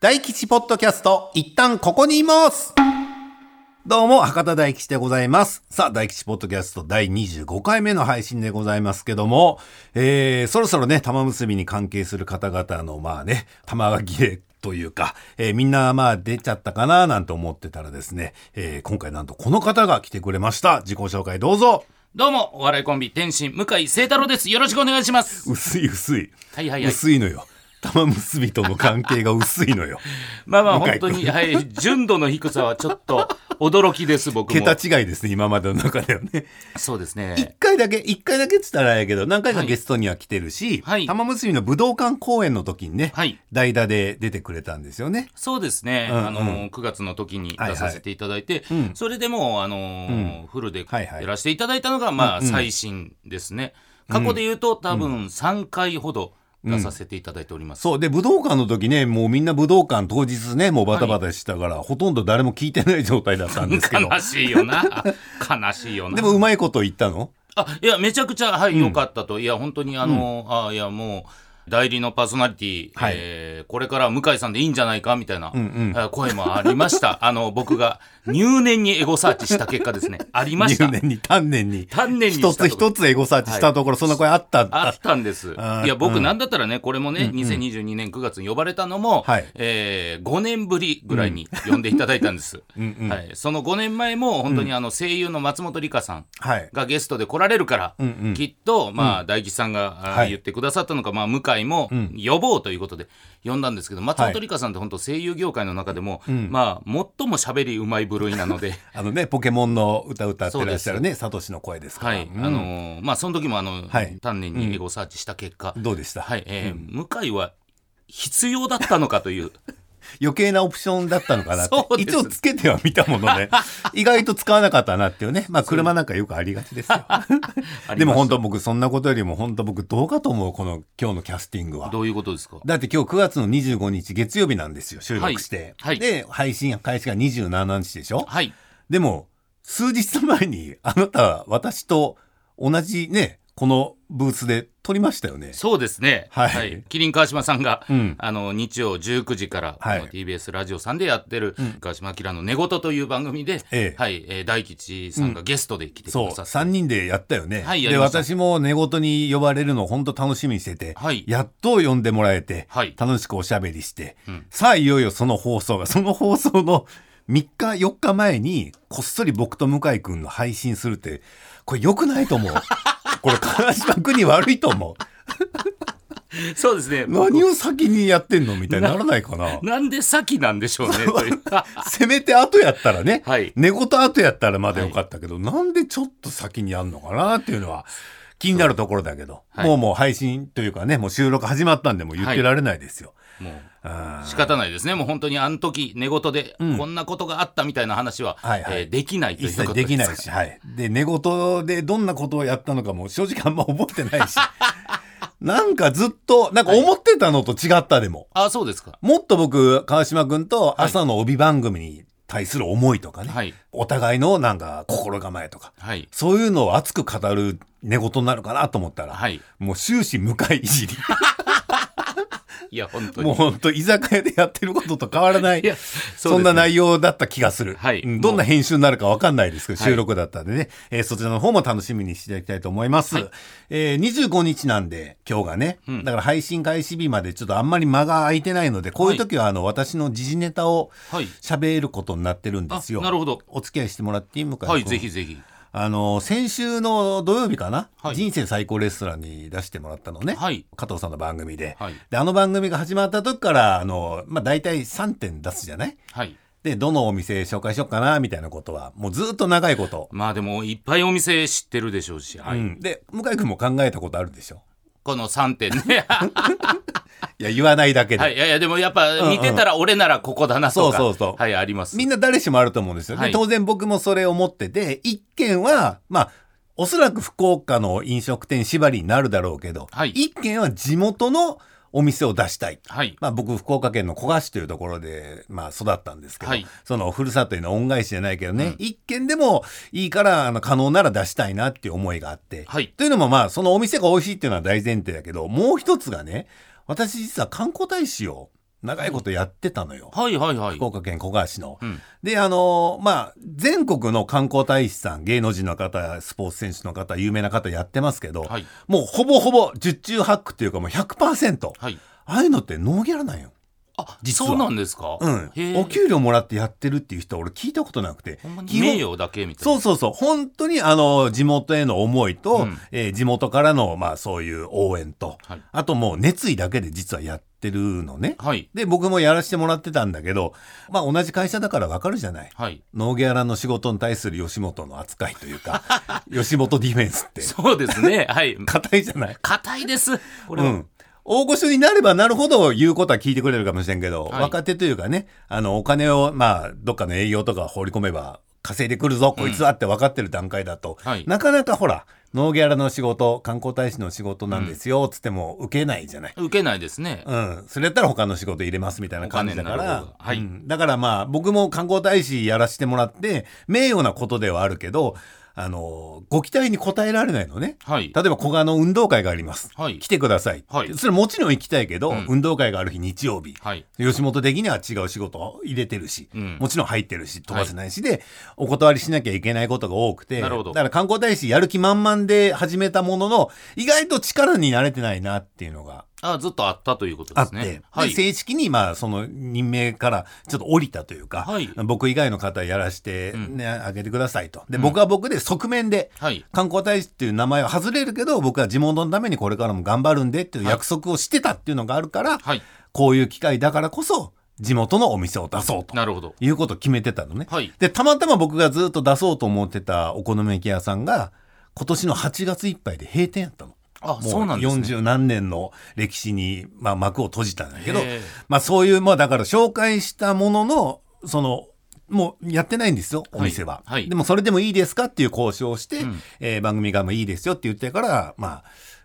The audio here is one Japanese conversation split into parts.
大吉ポッドキャスト、一旦ここにいますどうも、博多大吉でございます。さあ、大吉ポッドキャスト第25回目の配信でございますけども、えー、そろそろね、玉結びに関係する方々の、まあね、玉が切れというか、えーみんなまあ出ちゃったかななんて思ってたらですね、えー今回なんとこの方が来てくれました。自己紹介どうぞどうも、お笑いコンビ、天心、向井聖太郎です。よろしくお願いします。薄い薄い。はいはいはい薄いのよ。玉結びとの関係が薄いの よ。まあまあ、向井本当に、はい、純度の低さはちょっと驚きです、僕も 桁。違いですね、今までの中ではね。そうです一ね。回だけ、一回だけって言ったらあれやけど、何回かゲストには来てるし、はい玉結びの武道館公演の時にね、はい代打で出てくれたんですよね。そうですね。あの、9月の時にはいはい出させていただいて、それでもう、あのー、フルではいはいやらせていただいたのが、まあ、最新ですね。過去で言うと、多分3回ほど出させていただいております。そう。で、武道館の時ね、もうみんな武道館当日ね、もうバタバタしたから、ほとんど誰も聞いてない状態だったんです けど。悲しいよな。悲しいよな。でもうまいこと言ったのあいや、めちゃくちゃ、はい、良かったと。いや、本当に、あの、あいや、もう、代理のパーソナリティ、はいえーこれから向井さんでいいんじゃないかみたいな、んあ声もありました。 あの、僕が入念にエゴサーチした結 果ですね。ありました。入念に、丹念に。丹念にした一とこつ一つエゴサーチしたところ、そんな声あった。あったんです。あいや、う僕んなんだったらね、これもね、2022年9月に呼ばれたのも、はいえー5年ぶりぐらいに呼んでいただいたんです。はい、その5年前も、本当にあの、声優の松本里香さんはい。がゲストで来られるから、きっと、まあ、大吉さんが、あはい言ってくださったのか、まあ、向井も呼ぼうということで呼んだんですけど、松本里香さんって本当声優業界の中でも、まあ、最も喋りうまい部類なの で、あのね、ポケモンの歌歌ってらっしゃるね、サトシの声ですかはら。い、うんあのーまあ、その時も、あの、はい丹念にエゴサーチした結果、どうでしたはい、えー向井は必要だったのかという、余計なオプションだったのかなってそうで一す応つけては見たもの ね意外と使わなかったなっていうねまあ車なんかよくありがちです よでも本当僕そんなことよりも本当僕どうかと思うこの今日のキャスティングはどういうことですかだって今日9月の25日月曜日なんですよ収録して、はいはいで配信開始が27日でしょはい。でも数日前にあなたは私と同じねこのブースで撮りましたよねそうですね、はいキリン川島さんが、んあの日曜19時から、はいあの TBS ラジオさんでやってる、川島明の「寝言」という番組で、ええはいえー大吉さんがゲストで来てくそうださって、 3人でやったよね、はいやでりました私も寝言に呼ばれるの本当楽しみにしてて、はいやっと呼んでもらえて、はい楽しくおしゃべりして、さあいよいよその放送がその放送の3日4日前にこっそり僕と向井君の配信するってこれ良くないと 思うこれ悲しくに悪いと思うそうです ね何を先にやってんのみたいにならないか ななんで先なんでしょうねというせめて後やったらね、 はい寝言後やったらまだよかったけど、なんでちょっと先にやんのかなっていうのは気になるところだけど、はいもうもう配信というかね、もう収録始まったんでもう言ってられないですよ。もうあー仕方ないですねもう本当にあの時寝言で、こんなことがあったみたいな話は、はいはいえーできないという一こと切できないすし、はい。で、寝言でどんなことをやったのかも正直あんま覚えて ないし、なんかずっと、なんか思ってたのと違ったでも。あそうですかもっと僕、川島くんと朝の帯番組に対する思いとかね、はいお互いのなんか心構えとか、はいそういうのを熱く語る寝言になるかなと思ったら、はいもう終始向かいいじ り。いや本当にもうほんと居酒屋でやってることと変わらない。いやそんな内容だった気がする。はいうんどんな編集になるかわかんないですけど、はい収録だったんでね、えーそちらの方も楽しみにしていただきたいと思います。えー25日なんで、今日がね、うんだから配信開始日までちょっとあんまり間が空いてないので、こういう時はあの、私の時事ネタをはい喋ることになってるんですよ。あなるほどお付き合いしてもらっていい向井君はいぜひぜひあの先週の土曜日かな、はい人生最高レストランに出してもらったのね、はい加藤さんの番組で,、はいであの番組が始まった時からあの、まあ、大体3点出すじゃないはいでどのお店紹介しようかなみたいなことはもうずっと長いこと、まあでもいっぱいお店知ってるでしょうし、はいうんで向井君も考えたことあるでしょこの3点 ね。いや言わないだけで、はい、いやいやでもやっぱ見てたら俺ならここだなとか、そうそうそうはいあります。みんな誰しもあると思うんですよ、ではい当然僕もそれを持ってて一軒はまあおそらく福岡の飲食店縛りになるだろうけど、はい一軒は地元のお店を出したいはいまあ、僕福岡県の古賀市というところで、まあ、育ったんですけど、はいそのふるさとへの恩返しじゃないけどね、一軒でもいいからあの可能なら出したいなっていう思いがあって、はいというのもまあそのお店が美味しいっていうのは大前提だけどもう一つがね私実は観光大使を長いことやってたのよ。はいはいはい福。岡県古賀市の。んで、あのーまあ、全国の観光大使さん、芸能人の方、スポーツ選手の方、有名な方やってますけど、はいもうほぼほぼ十中八九っていうかもう100%。はい。ああいうのってノーギャラなんよ。あ、実はそうなんですか。うんへ。えお給料もらってやってるっていう人は俺聞いたことなくてほんま。に基本名誉だけみたいな。そうそうそう。本当にあの、地元への思いと、うんえー地元からの、まあそういう応援と、はいあともう熱意だけで実はやってるのね。はいで、僕もやらせてもらってたんだけど、まあ同じ会社だからわかるじゃない。 はい。ノーギャラの仕事に対する吉本の扱いという か、吉本ディフェンスって、そうですね。はい。硬いじゃない。硬いです。これうは。ん。大御所になればなるほど言うことは聞いてくれるかもしれんけど、はい若手というかね、あの、お金を、まあ、どっかの営業とか放り込めば稼いでくるぞ、こいつはって分かってる段階だと、はいなかなかほら、ノーギャラの仕事、観光大使の仕事なんですよ、つっても受けないじゃない。受けないですね。うん。それやったら他の仕事入れますみたいな感じだかお金になるら方。がはいうんだからまあ、僕も観光大使やらせてもらって、名誉なことではあるけど、あの、ご期待に応えられないのね。はい。例えば古賀の運動会があります。はい来てください。はいそれもちろん行きたいけど、ん運動会がある日日曜日。はい。吉本的には違う仕事を入れてるし、うんもちろん入ってるし、飛ばせないしで、お断りしなきゃいけないことが多くて、なるほどだから観光大使やる気満々で始めたものの、意外と力になれてないなっていうのがあ、ずっとあったということあっですて、ねで。はい。正式にまあその任命からちょっと降りたというか、はい僕以外の方やらして、ねあげてくださいと。で、ん僕は僕で側面で、はい。観光大使っていう名前は外れるけど僕は地元のためにこれからも頑張るんでっていう約束をしてたっていうのがあるから、はい。こういう機会だからこそ地元のお店を出そうとなるほど。いうことを決めてたのね。はいでたまたま僕がずっと出そうと思ってたお好み焼き屋さんが今年の8月いっぱいで閉店やったの。あ、もそううなんですね。 40何年の歴史に、まあ、幕を閉じたんだけどへえ、まあ、そういう、まあ、だから紹介したものの、その、もうやってないんですよ、お店は。はいはいでも、それでもいいですかっていう交渉をして、んえー番組がもういいですよって言ってから、まあ、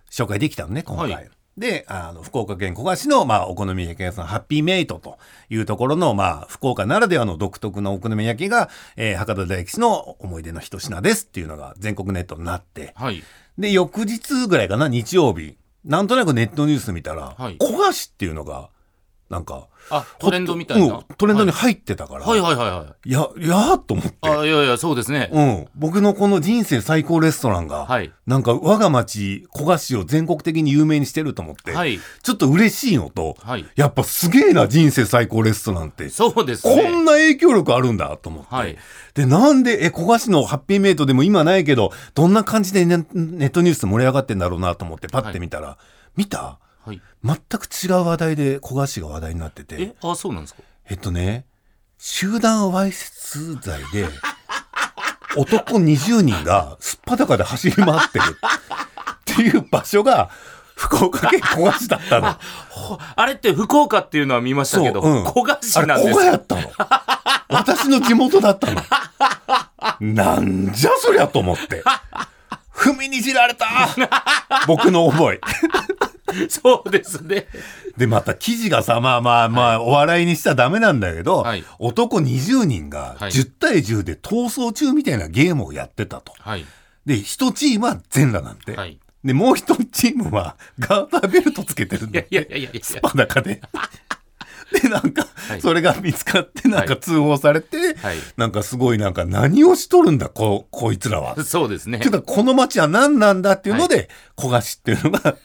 紹介できたのね、今回。はいで、あの、福岡県古賀市の、まあ、お好み焼き屋さん、ハッピーメイトというところの、まあ、福岡ならではの独特のお好み焼きが、えー博多大吉の思い出の一品ですっていうのが全国ネットになって、はい。で、翌日ぐらいかな、日曜日。なんとなくネットニュース見たら、はい焦がしっていうのが、なんか、あ、トレンドみたいうんな。トレンドには入ってたから、い。はいはいはいはい。や、やーっと思って。あいやいや、そうですね。うん。僕のこの人生最高レストランが、はいなんか我が町、焦がしを全国的に有名にしてると思って、はいちょっと嬉しいのと、はいやっぱすげえな、人生最高レストランって。そうですこんね。な影響力あるんだと思って。はいで、なんで、え、古賀市のハッピーメイトでも今ないけど、どんな感じでネネットニュース盛り上がってんだろうなと思って、パッて見たら、見たはい。全く違う話題で古賀市が話題になってて。え、あ、そうなんですか。えっとね、集団わいせつ罪で、 男20人がすっぱだかで走り回ってるっていう場所が、福岡県古賀市だったの。ほあれって福岡っていうのは見ましたけど、そううん古賀市あれ、なんで古す賀やよ。ったの。 私の地元だったの。なんじゃそりゃと思って。踏みにじられた 僕の思い。そうですね。で、また記事がさ、まあまあまあ、お笑いにしちゃダメなんだけど、はい男20人がはい10対10で逃走中みたいなゲームをやってたと。はい。で、一チームは全裸なんて。はいで、もう一チームはガーターベルトつけてるんいだやっいてやい やいやいスや。パだかで。で、なんかは、いそれが見つかって、なんかはい通報されて、はいなんかすごい、なんか何をしとるんだ、こ、こいつらは。そうですねていう。か、この街は何なんだっていうので、焦がしっていうの が、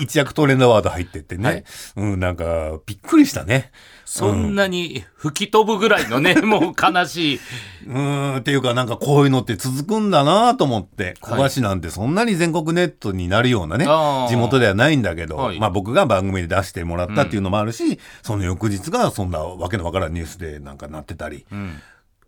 一躍トレンドワード入ってってね。はいうん、なんか、びっくりしたね。そんなに吹き飛ぶぐらいの ね、もう悲しい。うーん、っていうか、なんかこういうのって続くんだなと思って、はい古賀市なんてそんなに全国ネットになるようなねあ、ー地元ではないんだけど、はいまあ僕が番組で出してもらったっていうのもあるし、その翌日がそんなわけのわからんニュースでなんかなってたり、うん。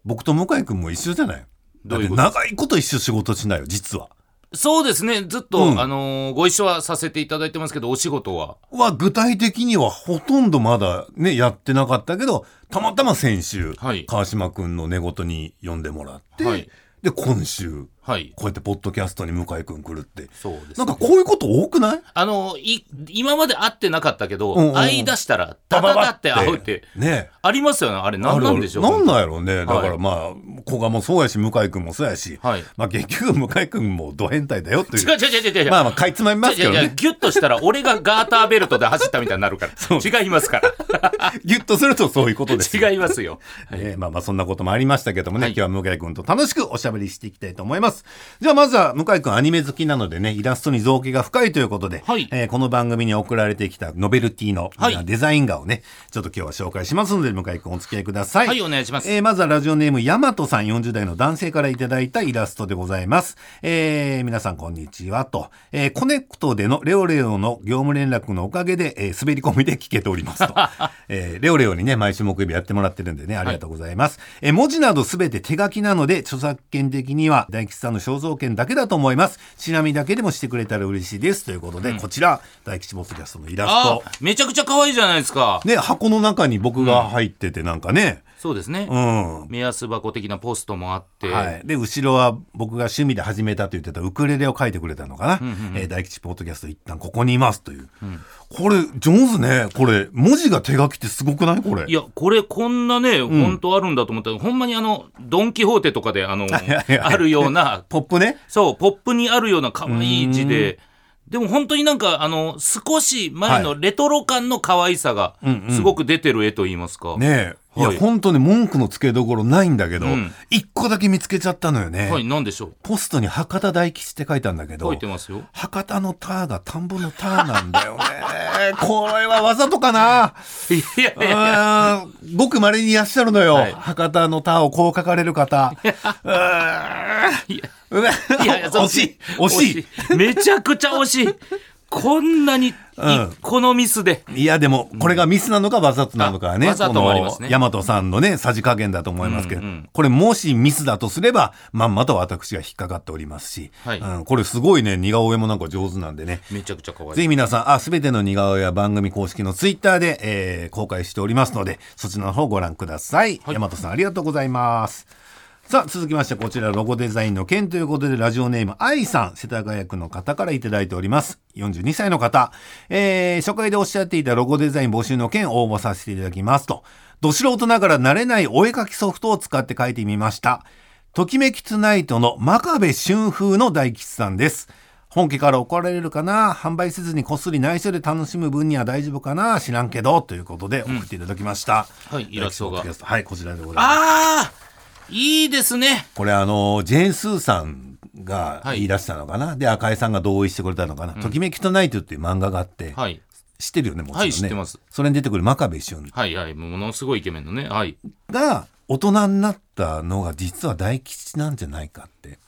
僕と向井君も一緒じゃないどういうことだって長いこと一緒仕事しないよ、実は。そうですね。ずっと、うんあのーご一緒はさせていただいてますけど、お仕事は。は具体的にはほとんどまだね、やってなかったけど、たまたま先週、はい川島くんの寝言に呼んでもらって、はいで、今週、はい。こうやってポッドキャストに向井くん来るって。そうです、ね。なんかこういうこと多くないあの、い、今まで会ってなかったけど、うんうん会い出したら、ダダダって会うって、ねありますよね。あれ、あ何るなあんるでしょう。なんなんやろうね。だかはらいまあ、古賀もそうやし、向井くんもそうやし、はいまあ結局向井くんもド変態だよっていう。違う違う違う違う違う。まあまあ、かいつまみますいけやどいや、ね。ギュッとしたら俺がガーターベルトで走ったみたいにな るから。違いますから。ぎゅっとするとそういうことですよ。違いますよ。えーまあまあそんなこともありましたけどもね、はい今日は向井くんと楽しくおしゃべりしていきたいと思います。じゃあまずは向井くんアニメ好きなのでね、イラストに造形が深いということで、はいえーこの番組に送られてきたノベルティのはいデザイン画をね、ちょっと今日は紹介しますので、向井くんお付き合いください。はいお願いしますえーまずはラジオネームヤマトさん40代の男性からいただいたイラストでございます。えー皆さんこんにちはと、えーコネクトでのレオレオの業務連絡のおかげで、えー滑り込みで聞けております と。えーレオレオにね、毎週木曜日やってもらってるんでね、ありがとうございます。えー文字などすべて手書きなので、著作権的には大吉さんの肖像権だけだと思います。ちなみだけでもしてくれたら嬉しいです。ということで、こちら、大吉ボッドキャストのイラスあト。あ、めちゃくちゃ可愛いじゃないですか。ね、箱の中に僕が入ってて、なんかね、そうですね。うん、目安箱的なポストもあって。はい、で後ろは僕が趣味で始めたと言ってたウクレレを書いてくれたのかな、えー大吉ポッドキャスト一旦ここにいますという、これ上手ねこれ文字が手書きってすごくないこれいや、これこんなね、本当あるんだと思ったら、ほんまにあの、ドン・キホーテとかで、あの、やいやあるような、ポップねそう、ポップにあるような可愛い字で、でも本当になんか、あの、少し前のレトロ感の可愛さが、すごく出てる絵といいますか。ねえ、はいい、や本当に文句のつけどころないんだけど、うん一個だけ見つけちゃったのよね、はい、なんでしょう。ポストに博多大吉って書いたんだけど書いてますよ。博多のターが田んぼのターなんだよねこれはわざとかないやいやいや。あーごくまれにいらっしゃるのよ、はい博多のターをこう書かれる 方。うーんいやうわいやいやそう惜しい惜しいめちゃくちゃ惜しいこんなに一個のミスで、いやでもこれがミスなのかわざとなのかはねあわざともありますねこの大和さんのねさじ加減だと思いますけど、うんうんこれもしミスだとすればまんまと私が引っかかっておりますし、はいうん、これすごいね似顔絵もなんか上手なんでねめちゃくちゃ可愛ぜいひ皆さん、あ、すべての似顔絵は番組公式のツイッターで、えー公開しておりますので、そちらの方ご覧ください。大和さん、ありがとうございます。さあ、続きまして、こちら、ロゴデザインの件ということで、ラジオネーム、愛さん、世田谷区の方からいただいております。42歳の方。えー初回でおっしゃっていたロゴデザイン募集の件、応募させていただきますと。ど素人ながら慣れないお絵描きソフトを使って描いてみました。ときめきツナイトの真壁俊風の大吉さんです。本家から怒られるかな販売せずにこっそり内緒で楽しむ分には大丈夫かな知らんけどということで送っていただきました。はいイラストがはい、こちらでございます。あーいいですねこれあの、ジェーン・スーさんがはい言い出したのかな、で、赤江さんが同意してくれたのかな、ときめきとナイトっていう漫画があって、はい知ってるよね、もちろんね。はい知ってます。それに出てくる真壁俊はいはいものすごいイケメンのねはいが大人になったのが実は大吉なんじゃないかって。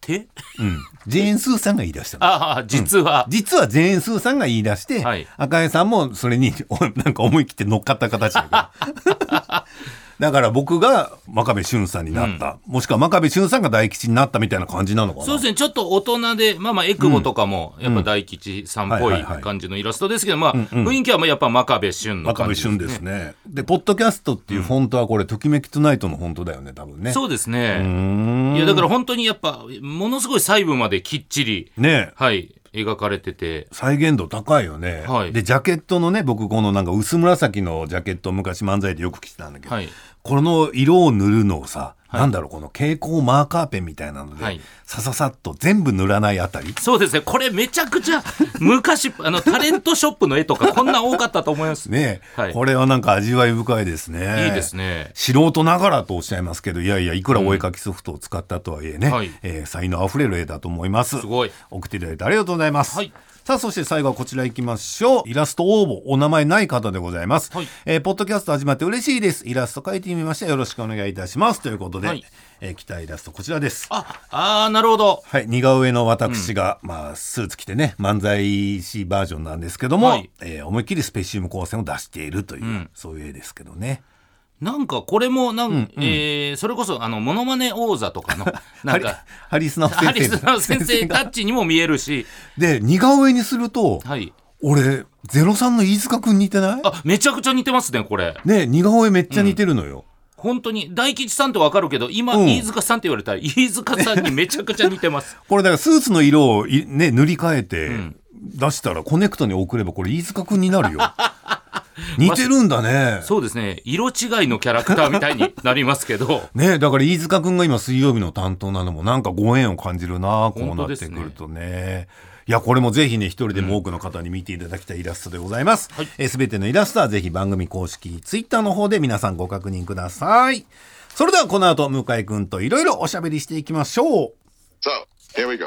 てうん。ジェーン・スーさんが言い出したの。ああ実は、実はジェーン・スーさんが言い出して、はい赤江さんもそれに おなんか思い切って乗っかった形だけど だから僕が真壁俊さんになった、もしくは真壁俊さんが大吉になったみたいな感じなのかなそうですねちょっと大人でまあまあエクボとかもやっぱ大吉さんっぽはいいはいはい感じのイラストですけどまあ、雰囲気はまあやっぱ真壁俊の真感壁じで俊すねですねでポッドキャストっていうフォントはこれ、ときめきトゥナイトのフォントだよね多分ねそうですうねーんいやだから本当にやっぱものすごい細部まできっちりねえはい描かれてて再現度高いよね、はいでジャケットのね僕このなんか薄紫のジャケットを昔漫才でよく着てたんだけど、はいこの色を塗るのをさ、なんだろうこの蛍光マーカーペンみたいなので、はいさささっと全部塗らないあたりそうですね。これめちゃくちゃ昔、あの、タレントショップの絵とかこんな多かったと思います。ね、はいこれはなんか味わい深いですねいいですね。素人ながらとおっしゃいますけどいやいやいくらお絵描きソフトを使ったとはいえね、はいえー才能あふれる絵だと思いますすごい。送っていただいてありがとうございます。はいさあ、そして最後はこちら行きましょう。イラスト応募、お名前ない方でございます。はいえーポッドキャスト始まって嬉しいです。イラスト描いてみました。よろしくお願いいたします。ということで、はいえー来たイラストこちらです。あ、あー、なるほど。はい、似顔絵の私が、まあ、スーツ着てね、漫才師バージョンなんですけども、はいえー思いっきりスペシウム光線を出しているという、んそういう絵ですけどね。なんかこれも、なん、えーそれこそ、あの、モノマネ王座とかの、なんハリか、ハリスナフハ先リ生スの先生タッチにも見えるし、で、似顔絵にすると、はい。俺、ゼロさんの飯塚くん似てないあ、めちゃくちゃ似てますね、これ。ね、似顔絵めっちゃ似てるのよ。本当に大吉さんってわかるけど今、うん飯塚さんって言われたら飯塚さんにめちゃくちゃ似てます これだからスーツの色をいね塗り替えて出したらコネクトに送ればこれ飯塚君になる よ似てるんだねそうですね色違いのキャラクターみたいになりますけどねだから飯塚君が今水曜日の担当なのもなんかご縁を感じるなこうな本当っでてすねくるとねいやこれもぜひね一人でも多くの方に見ていただきたいイラストでございますはいえーすべ、てのイラストはぜひ番組公式ツイッターの方で皆さんご確認くださいそれではこの後向井君といろいろおしゃべりしていきましょう So here we go.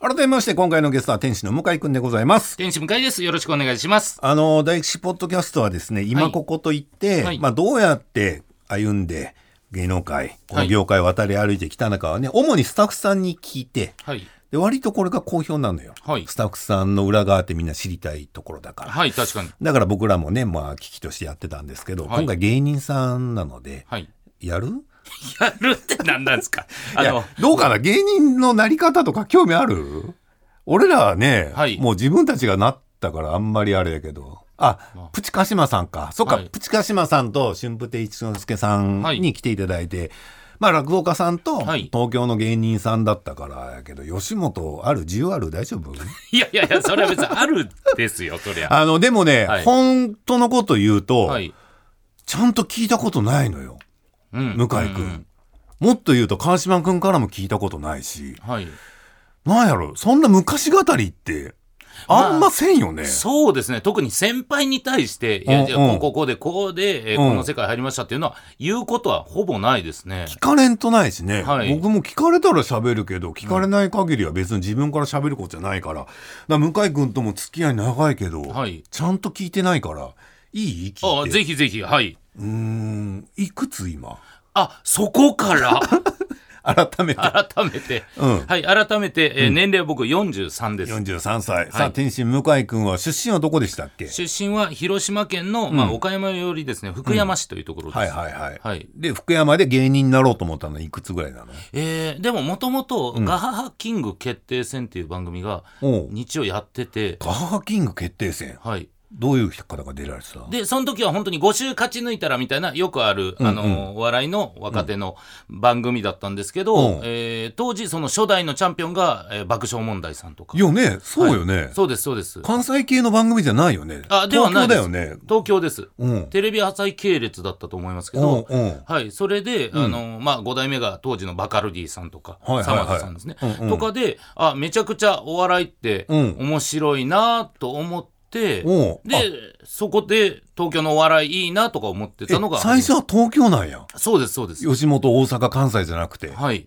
改めまして今回のゲストは天使の向井君でございます天使向井ですよろしくお願いしますあの大吉ポッドキャストはですね今はいここといって、はいまあ、どうやって歩んで芸能界この業界を渡り歩いてきたのかはね、主にスタッフさんに聞いてはいで割とこれが好評なのよ、はいスタッフさんの裏側ってみんな知りたいところだから、はい確かにだから僕らもねまあ聞きとしてやってたんですけど、はい今回芸人さんなのではいやるやるって何なんですか あいのやどうかな芸人のなり方とか興味ある俺らはね、はいもう自分たちがなったからあんまりあれやけど。ああ、プチカシマさんか。そっか、はいプチカシマさんと春風亭一之輔さんはいに来ていただいて、まあ落語家さんとはい東京の芸人さんだったからやけど、吉本ある10ある大丈夫いやいやいやそれは別にあるですよそりゃあの、でもね、はい本当のこと言うと、はい、ちゃんと聞いたことないのよ。うん向井くん。もっと言うと川島くんからも聞いたことないし。はいなんやろそんな昔語りって、あんませんよね。そうですね特に先輩に対して、いうんやいやうんこうこうこうでこうで、えーうんこの世界入りましたっていうのは言うことはほぼないですね。聞かれんとないしね、はい僕も聞かれたら喋るけど、聞かれない限りは別に自分から喋ることじゃないから。だから向井君とも付き合い長いけど、はいちゃんと聞いてないから、いい聞あいて。ぜひぜひはい。うーん、いくつ今あそこから 改めて。改めて、うんはい改めて、えー年齢は僕43です。 43歳。さはあ、い天心向井君は出身はどこでしたっけ出身は広島県の、まあ、岡山よりですね福山市というところです。はいはいはい。はいで、福山で芸人になろうと思ったのはいくつぐらいなのえーでももともと「ガハハキング決定戦」っていう番組がおう日曜やってて、ガハハキング決定戦。はい、どういう方が出られてたで、その時は本当に5週勝ち抜いたらみたいな、よくある、あの、お笑いの若手の番組だったんですけうんど、えー当時、その初代のチャンピオンが、えー爆笑問題さんとか。よね、そうよね。そうです、そうです。関西系の番組じゃないよね。あ、ではないです。東京だよね。東京です。うん。テレビ朝日系列だったと思いますけうんど、うん。はい、それで、あの、まあ、5代目が当時のバカルディさんとか、はいはいはいサマカさんですね、うんうんとかで、あ、めちゃくちゃお笑いってうん面白いなと思って、おうで、そこで東京のお笑いいいなとか思ってたのがえ、最初は東京なんや。そうです、そうです。吉本、大阪、関西じゃなくて。はい。へ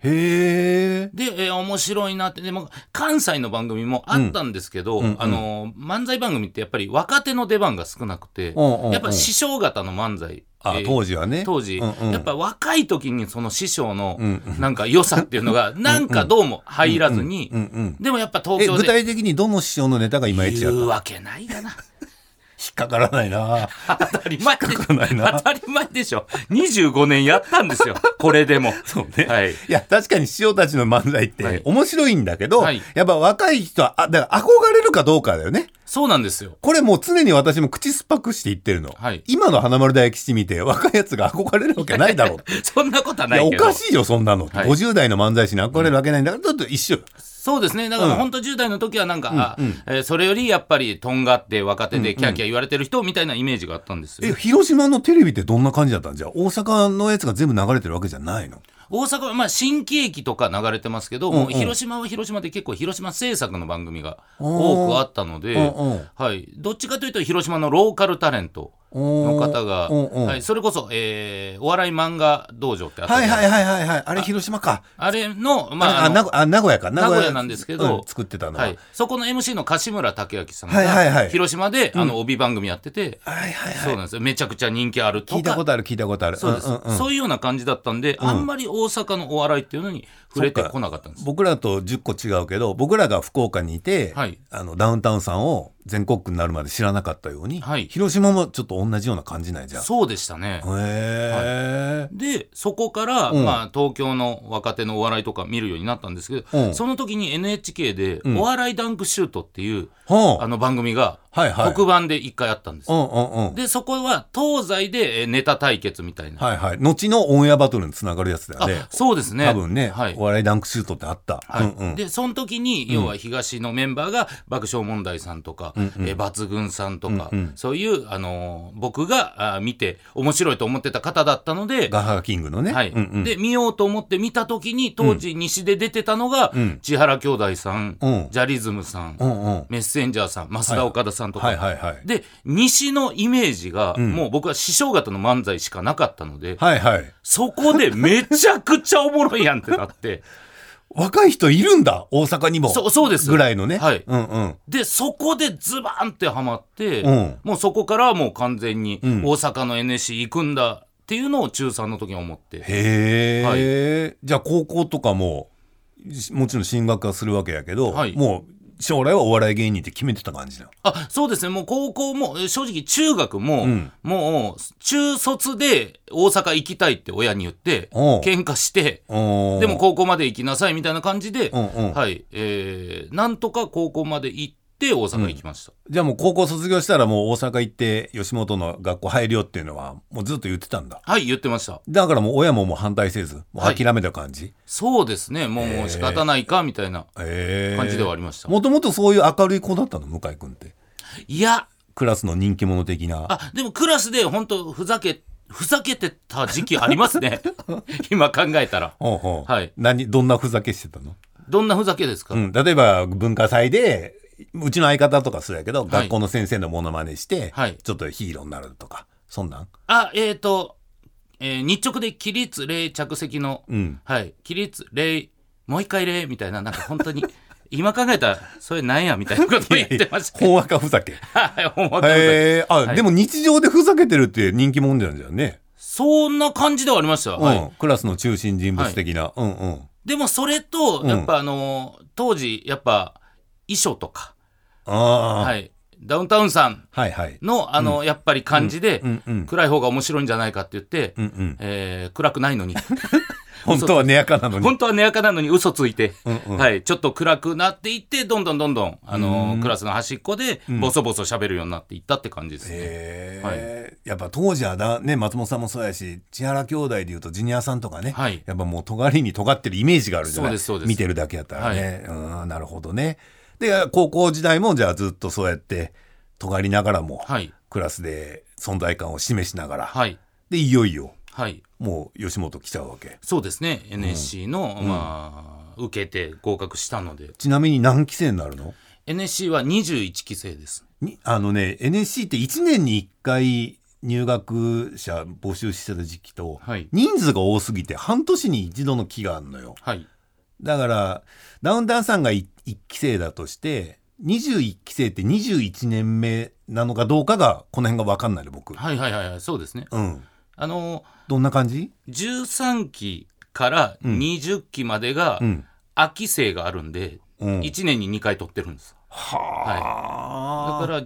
え。で、えー面白いなって、でも、関西の番組もあったんですけど、うんうんうんあのー漫才番組ってやっぱり若手の出番が少なくて、うんうんうんやっぱ師匠型の漫才。あえ、ー当時はね。当時、うんうんやっぱ若い時にその師匠のうんなんか良さっていうのがなんかどうも入らずに、うんうん。でもやっぱ東え、京具で体的にどの師匠のネタがいまいちや言ったう引わけない がなっかからない な。当たり前でっかないな当たり前でしょ25年やったんですよこれでも そうね。はいいや、確かに師匠たちの漫才っはてい面白いんだけど、はいやっぱ若い人は、あ、だから憧れるかどうかだよね。そうなんですよこれもう常に私も口酸っぱくして言ってるの。はい今の花丸大吉見て若いやつが憧れるわけないだろうって。 そんなことはいなや、いおけどかしいよ、そんなの。はい50代の漫才師に憧れるわけないんだから、ちょっと一緒。そうですねだかうんら本当10代の時はなんか、あえーそれよりやっぱりとんがって若手でキャーキャー言われてる人みたいなイメージがあったんですよえ、広島のテレビってどんな感じだったんじゃあ大阪のやつが全部流れてるわけじゃないの大阪は、まあ、新喜劇とか流れてますけど、うんうんもう広島は広島で結構広島制作の番組が多くあったので、うんうんはい、どっちかというと広島のローカルタレントの方が、うんうんはい、それこそ、えーお笑い漫画道場ってあったはじゃいないはいはいはいはい。あれ広島か。あれの、あまああ、あ名の古あ、名古屋か。名古屋なんですけど、うん作ってたのは。ははいい、そこの MC の樫村武明さんが、はいはいはい広島であの帯番組やってて、はいそうはなんですよめちゃくちゃ人気あるい。聞といたこか。とある聞いたことある。そうです、んんんそういうような感じだったんで、あんまり大阪のお笑いっていうのに触れてこなかったんです。僕らと10個違うけど僕らが福岡にいて、はいあのダウンタウンさんを全国区になるまで知らなかったように、はい広島もちょっと同じような感じないじゃん。そうでしたね。へえ、でそこから、うんまあ、東京の若手のお笑いとか見るようになったんですけど、うんその時に NHK でん「お笑いダンクシュート」っていう、はあ、あの番組がはいはい。特番で一回あったんです、うんうんうん。でそこは東西でえーネタ対決みたいな、はいはい。後のオンエアバトルにつながるやつだよねあ。そうですね多分ね、はいお笑いダンクシュートってあった。はいうんうん。でその時に要は東のメンバーが爆笑問題さんとか、えー抜群さんとか、うんうんそういう、あのー僕があー見て面白いと思ってた方だったので、ガハガキングのね。はいうんうん、で見ようと思って見た時に当時西で出てたのが、うん千原兄弟さん、うんジャリズムさん、うんうん。メッセンジャーさん増田岡田さんとか、はいはいはい。で西のイメージが、んもう僕は師匠方の漫才しかなかったので、はいはい。そこでめちゃくちゃおもろいやんってなって若い人いるんだ、大阪にも。そうそうですぐらいのね。はいうんうん。でそこでズバンってハマって、うんもうそこからはもう完全にうん大阪の NSC 行くんだっていうのを中3の時に思って。へえ、じゃあ高校とかも、しもちろん進学はするわけやけど、はいもう将来はお笑い芸人って決めてた感じなの。あそうですね、もう高校も、え正直、中学も、うんもう、中卒で大阪行きたいって親に言って、おう喧嘩して、おーでも高校まで行きなさいみたいな感じで、うんうんはい、えー、なんとか高校まで行って、大阪行きました。じゃあもう高校卒業したらもう大阪行って吉本の学校入るよっていうのはもうずっと言ってたんだ。はい、言ってました。だからもう親ももう反対せず、もうはい諦めた感じ。そうですね、もう、もう仕方ないか、みたいなへえ感じではありました。もともとそういう明るい子だったの、向井君って。いや、クラスの人気者的な。あ、でもクラスで本当ふざけ、ふざけてた時期ありま すね。今考えたら。ほうほうはい何、どんなふざけしてたのどんなふざけですか、うん、例えば文化祭でうちの相方とかそうやけど、い学校の先生のモノマネして、はいちょっとヒーローになるとかそんなんあ、えっ、ー、と、えー日直で起立、礼、着席の、うんはい、起立、礼、もう一回礼、みたいな、なんか本当に、 今考えたら、それなんや、みたいなこと言ってました。ほんわかふ ざけへはい、ほんまかえあ、はいでも日常でふざけてるって人気もんじゃんじゃんね、そんな感じではありました。はうんい、クラスの中心人物的な、うんうんでも、それと、んやっぱ、あのー当時、やっぱ、衣装とか、あはい、ダウンタウンさんあ、はい、はいはいの、あのやっぱり感じで、うんうん暗い方が面白いんじゃないかって言って、うんうんえー暗くない のに。本当は寝やかなのに本当は寝やかなのに嘘ついて、うんうんはい、ちょっと暗くなっていってどんどんどんどん、あのークラスの端っこでボソボソ喋るようになっていったって感じですね。へえやっぱ当時はだ、ね、松本さんもそうやし千原兄弟でいうとジュニアさんとかね、はいやっぱもう尖りに尖ってるイメージがあるじゃないそうですそうです見てるだけやったらね、うんなるほどねで高校時代もじゃあずっとそうやって尖りながらも、はいクラスで存在感を示しながら、はい、でいよいよはい、もう吉本来ちゃうわけそうですね NSC の、まあ、受けて合格したのでちなみに何期生になるの NSC は21期生です。にあのね NSC って1年に1回入学者募集してた時期と、はい、人数が多すぎて半年に一度の期があるのよはい、だからダウンタウンさんが 1, 期生だとして21期生って21年目なのかどうかがこの辺が分かんないの僕はいはいはいはいそうですね。うんあのどんな感じー、13期から20期までがうん秋生があるんで、うん1年に2回取ってるんです。だはあ、から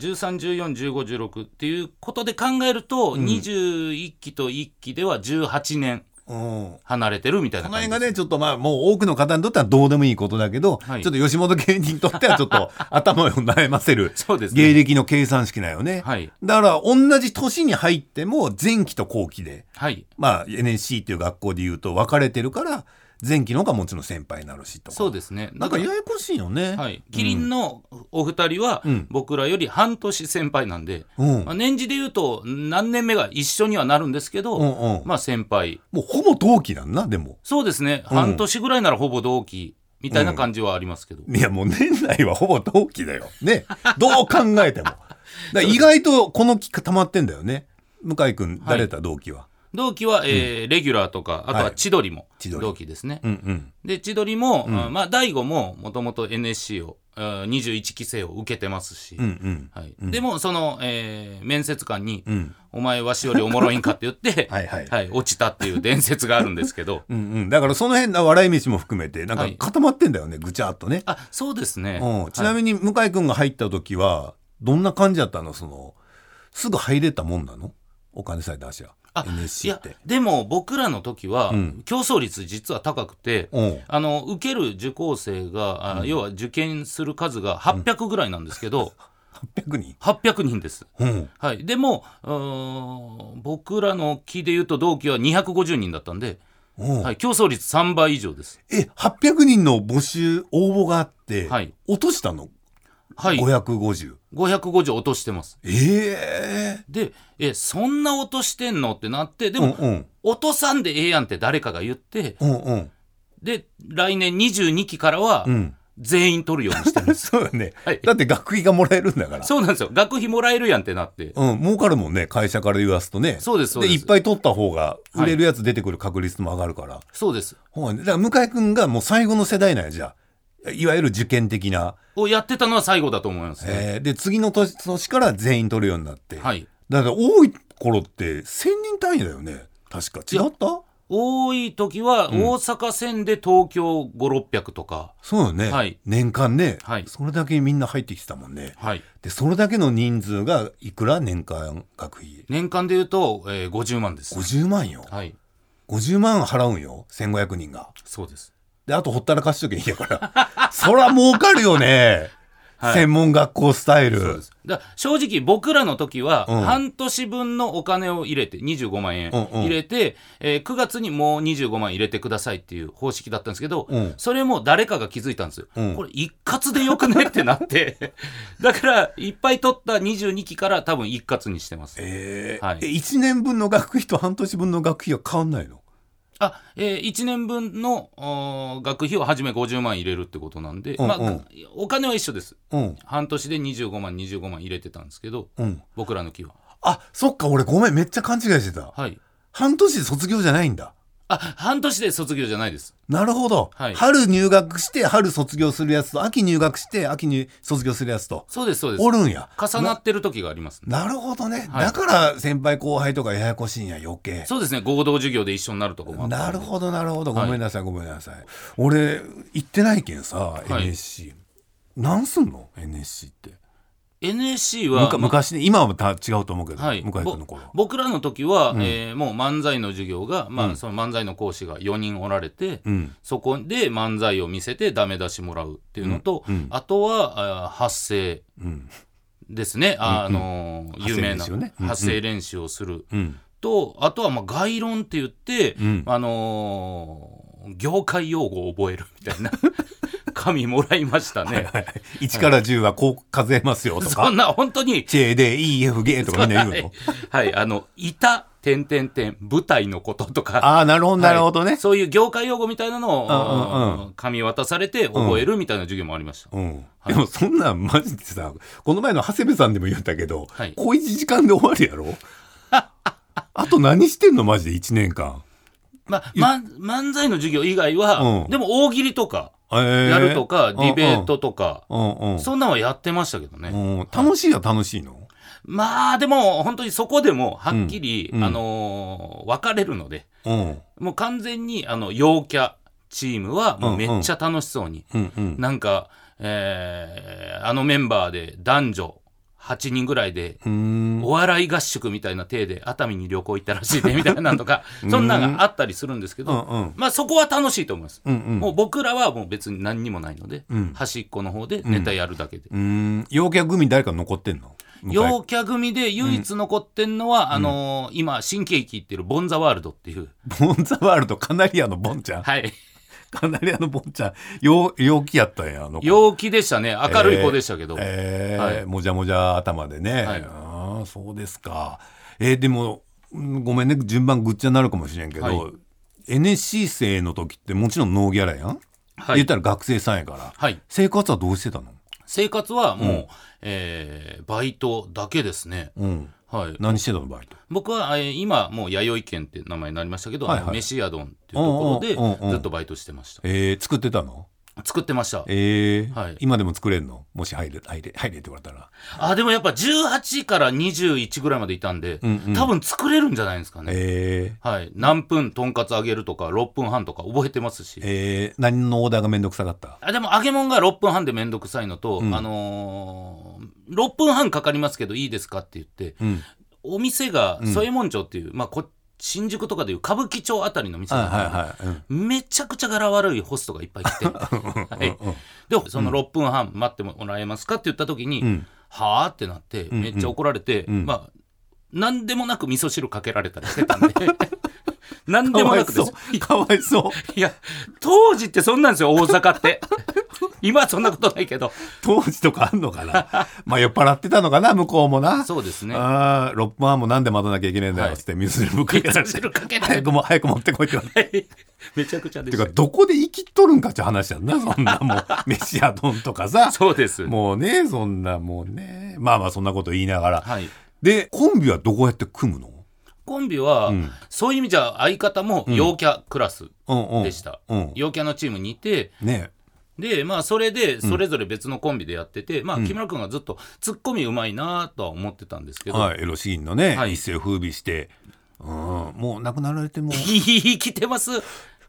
13141516っていうことで考えると、21期と1期では18年うん離れてるみたいなこの感じ辺でがすねちょっとまあもう多くの方にとってはどうでもいいことだけど、はいちょっと吉本芸人にとってはちょっ と頭を悩ませるそうですね芸歴の計算式だよね、はいだから同じ年に入っても前期と後期ではいまあ、NSC っていう学校で言うと分かれてるから前期の方がもちろん先輩になるしとかそうですねなんかややこしいよね、はい、キリンのお二人はうん僕らより半年先輩なんで、うんまあ、年次で言うと何年目が一緒にはなるんですけど、うんうんまあ先輩もうほぼ同期なんなでもそうですね、半年ぐらいならほぼ同期みたいな感じはありますけど、いやもう年内はほぼ同期だよねどう考 えてもだから意外とこの期間溜まってんだよね向井君誰だ同期は、同期は、えーレギュラーとかあとは千鳥も千鳥同期ですね、うんうんで千鳥も、あまあ大悟ももともと NSC をあ21期生を受けてますし、うんうんはいでもその、えー面接官に、んお前わしよりおもろいんか」って言っ てはいはい落ちたっていう伝説があるんですけ どうんうん、だからその辺の笑い飯も含めてなんはかい固まってんだよね、ぐちゃっとね、あそうですね、うん、ちなに、みに向井君が入った時はどんな感じだったのその、すぐ入れたもんなのお金さえ出しゃ。あ NSC っていやでも僕らの時は、ん競争率実は高くて、うんあの受ける受講生が、あ要は受験する数が800ぐらいなんですけど、 800人。 800人です。うん。はい、でもうーん僕らの期でいうと同期は250人だったんで、うんはい、競争率3倍以上です。え、800人の募集、応募があって、はい落としたのはい、 ?550。 550落としてます。ええでえそんな落としてんのってなってでうんも、うん。落とさんでええやんって誰かが言ってうんうん。で来年22期からはうん。 全員取るようにしてます。そうよね、はいだって学費がもらえるんだから。そうなんですよ学費もらえるやんってなってうん、儲かるもんね、会社から言わすとね。そうですそうで、ですいっぱい取った方が、売れるやつ出てくる確率も上がるから。そうですはい、だから、向井くんがもう最後の世代なんや、じゃあ。いわゆる受験的な。をやってたのは最後だと思いますね、えーで、次の年年から全員取るようになって。はいだから、多い頃って、1000人単位だよね。確か。違った多い時は大阪線で東京5600とか、そうよね。はい年間ね、はいそれだけみんな入ってきてたもんね。はいで、それだけの人数がいくら年間学費年間でいうと、えー、50万です ?50 万よ。はい50万払うんよ。1500人が。そうですで、あとほったらかしときゃいいやから。そら儲かるよね。はい専門学校スタイそうルで。すだから正直僕らの時はうん半年分のお金を入れて25万円うんうん入れて、えー9月にもう25万入れてくださいっていう方式だったんですけど、うんそれも誰かが気づいたんですよ、うんこれ一括でよくねってなって だからいっぱい取った22期から多分一括にしてますえーはいえ1年分の学費と半年分の学費は変わんないのあ、え1年分のおー学費をはじめ50万入れるってことなんで、うんまあうんお金は一緒ですうん。半年で25万25万入れてたんですけどうん。僕らの期はあ、そっか、俺ごめん、めっちゃ勘違いしてた。はい半年で卒業じゃないんだ。あ半年で卒業じゃないですなるほど。はい春入学して、春卒業するやつと、秋入学して、秋に卒業するやつと、そうですそうですおるんや。重なってる時がありますねなるほどね。はいだから、先輩後輩とかややこしいんや、余計。そうですね合同授業で一緒になるとこもあったんなでるほど、なるほど。はごいめんなさい、ごめんなさい。俺、行ってないけんさ、い NSC。なんすんの ?NSC って。 NSC むはか昔ね、今はた違うと思うけど、はい、向井君のぼ頃。僕らの時は、えーもう漫才の授業が、まあその漫才の講師が4人おられて、うん。そこで漫才を見せてダメ出しもらうっていうのと、うんうんあとはあー発声うん。ですね、あーあのー有発声名練な習ねうんうん発声練習をするうん。と、あとはまあ概論って言って、んあのー業界用語を覚えるみたいな 紙もらいましたね。 1から10はこう数えますよとそかん、な本当に J で EFG とかみんな言うのはい、はいあの「いた」点点点舞台のこととかああ、なるほど、なるほどはねい。そういう業界用語みたいなのうんうんを紙渡されて覚えるみたいな授業もありました、うん。でもそんなんマジでさ、この前の長谷部さんでも言ったけど、はい小一時間で終わるや ろあと何してんのマジで1年間。まあ、まん漫才の授業以外は、うんでも大喜利とかややるとか、ディベートとか、うんうん。そんなんはやってましたけどね、うん楽しいは楽しいの、まあでも本当にそこでもはっきり、うんうんあのー分かれるのでうん。もう完全にあの陽キャチームはもうめっちゃ楽しそうに、うんうん。なんか、えーあのメンバーで男女8人ぐらいでうーん。お笑い合宿みたいな体で熱海に旅行行ったらし いねみたいなのとかそんなのがあったりするんですけうんど、うん。まあ、そこは楽しいと思います、うんうん。もう僕らはもう別に何にもないので、うん端っこの方でネタやるだけで、うーん。陽キャ組誰か残ってんの陽キャ組で唯一残ってんのは、あのー今新喜劇行ってるボンザワールドっていう、ボンザワールド、カナリアのボンちゃん。はい、カナリアのボンちゃん、陽陽気やったんや、あの子陽気でしたね明るい子でしたけど、えーはいもじゃもじゃ頭でね、はいああそうですかえーでもうんごめんね順番ぐっちゃになるかもしれんけど、はい NSC 生の時ってもちろんノーギャラやん、はい言ったら学生さんやからはい、生活はどうしてたの、生活はもう、えーバイトだけですね、うん、はい、何してたのバイト僕は、えー今もう弥生県って名前になりましたけど、はいはいあの飯宿っていうところでうんうんうんうんずっとバイトしてましたえー作ってたの作ってましたえーはい今でも作れんのもし入れ入れ入れって言われたらあでもやっぱ18から21ぐらいまでいたんで、んうん多分作れるんじゃないですかね、えーはい、何分とんかつ揚げるとか6分半とか覚えてますしえー何のオーダーがめんどくさかったあでも揚げ物が6分半で面倒くさいのと、んあのー6分半かかりますけどいいですかって言って、うんお店が添右衛門町っていう、まあ、こ新宿とかでいう歌舞伎町あたりの店はいなんで、はいはい。めちゃくちゃ柄悪いホストがいっぱい 来て、はい、でその6分半待ってもらえますかって言った時に、んはあってなってめっちゃ怒られて、まあ何でもなく味噌汁かけられたりしてたん で何うん、でかもわないくでそすう。かわいそう。いや当時ってそんなんですよ大阪って 今はそんなことないけど当時とかあんのかな。 まあ酔っ払ってたのかな、向こうもな。 そうですねああ、6分半もなんで待たなきゃいけないんだよ、つって水にぶっかけられ味噌て。汁かけられ早てくも、早く持ってこいって言われて。めちゃくちゃでてしか、たどこで生きっとるんかって話やんな、そんなも う。飯屋丼とかさ。そうですもうね、そんなもうね。まあまあ、そんなこと言いながら。はいで、コンビはどうやって組むのコンビは、そういう意味じゃ相方も陽キャクラスうんうん。でした、うん。陽キャのチームにいてねでまあそれでそれぞれ別のコンビでやってて、まあ木村君がずっとツッコミうまいなとは思ってたんですけど、はい、エロシーンのね、はい一世を風靡して、うん、もう亡くなられて も、 いい、生きてます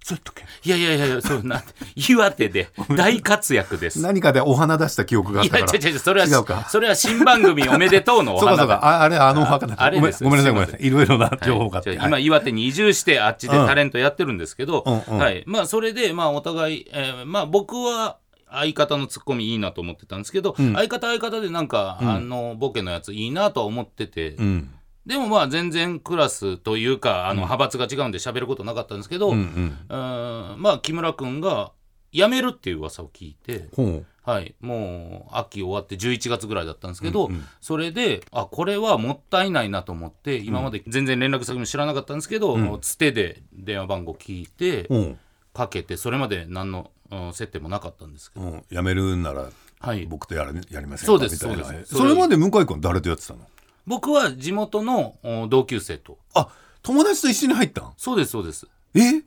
そうやっとけ。いやいやいやいやそう なん岩手で大活躍です何かでお花出した記憶があっいやたか違ら。う違うそれは違うかそれは新番組おめでとうのおそうか花そうか、だああれ、あのお墓だああごれめでんすごめんなさい、ごめんすいなませんさい。いろいろな情報があっじて。ゃあはい今岩手に移住してあっちでうんタレントやってるんですけど、うんうんはいまあ、それでまあお互い、えーまあ、僕は相方のツッコミいいなと思ってたんですけど、相方相方でなんか、あのボケのやついいなとは思ってて、うん。でもまあ全然クラスというかあの派閥が違うんで喋ることなかったんですけうど、ううんんん。まあ、木村君が辞めるっていう噂を聞いて。ほう。はい、もう秋終わって11月ぐらいだったんですけど、うんうんそれであこれはもったいないなと思って今まで全然連絡先も知らなかったんですけど、つてで電話番号聞いてうん。かけてそれまで何の、うん接点もなかったんですけど、うん。やめるなら、はい、僕とやるやりませんかそうですみたいなそうですそれまで向井君誰とやってたの僕は地元のお同級生とあ、友達と一緒に入ったんそうですそうですえ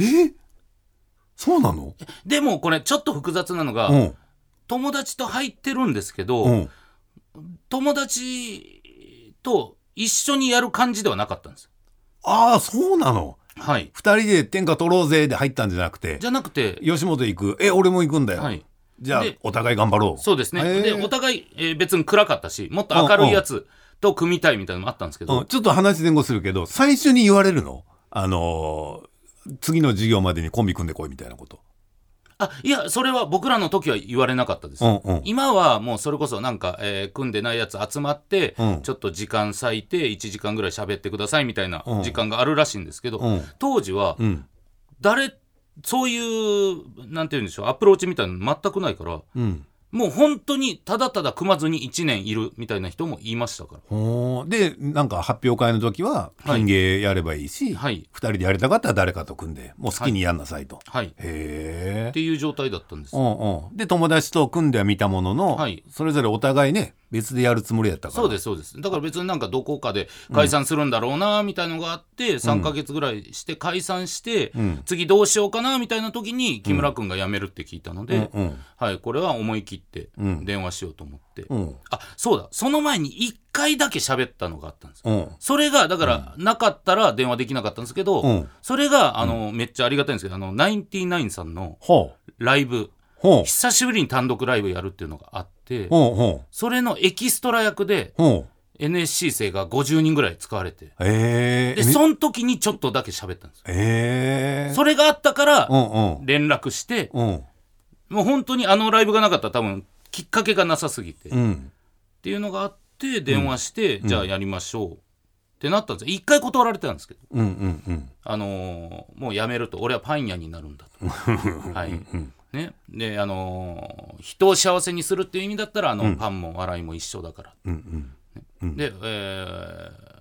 えそうなのでもこれちょっと複雑なのが、うん。友達と入ってるんですけど、うん。友達と一緒にやる感じではなかったんですああ、そうなの。はい二人で天下取ろうぜで入ったんじゃなくてじゃなくて吉本行くえ俺も行くんだよ、はいじゃあでお互い頑張ろうそうですね。へーで、お互い、えー別に暗かったし、もっと明るいやつと組みたいみたいなのもあったんですけど、うん、ちょっと話前後するけど最初に言われるのあのー次の授業までにコンビ組んでこいみたいなことあ、いや、それは僕らの時は言われなかったです。うんうん今はもうそれこそなんか、えー組んでないやつ集まって、うんちょっと時間割いて1時間ぐらい喋ってくださいみたいなうん時間があるらしいんですけど、うん当時はうん誰、そういう、なんて言うんでしょう、アプローチみたいなの全くないから、うんもう本当にただただ組まずに1年いるみたいな人もいましたかほーでなんか発表会の時ははいピン芸やればいいし、ら。はい。二人でやりたかったら誰かと組んでもう好きにやんなさいと、はい。っへえていう状態だったんです。うんうん、で友達と組んでは見たものの、はいそれぞれお互いね別でやるつもりやったからそうですそうですだから別になんかどこかで解散するんだろうなみたいのがあって、3か月ぐらいして解散して、ん次どうしようかなみたいな時に木村君が辞めるって聞いたので、うんうんはい、これは思い切ってうん電話しようと思って、うんあそうだその前に1回だけ喋ったのがあったんですようんそれがだからなかったら電話できなかったんですけど、うんそれがあの、めっちゃありがたいんですけどあのナインティナインさんのほうライブほう久しぶりに単独ライブやるっていうのがあって、ほうほうそれのエキストラ役で、ほ NSC 生が50人ぐらい使われてう。ええでその時にちょっとだけ喋ったんですよええそれがあったかうらんうん。連絡してうん。もう本当にあのライブがなかったら多分きっかけがなさすぎてっうん。ていうのがあって電話してじゃあやりましょうってなったんですよ一回断られてたんですけどうんうんうん。あのーもうやめると俺はパン屋になるんだとはいねであのー人を幸せにするっていう意味だったらあのパンも笑いも一緒だからうんうん。で、えー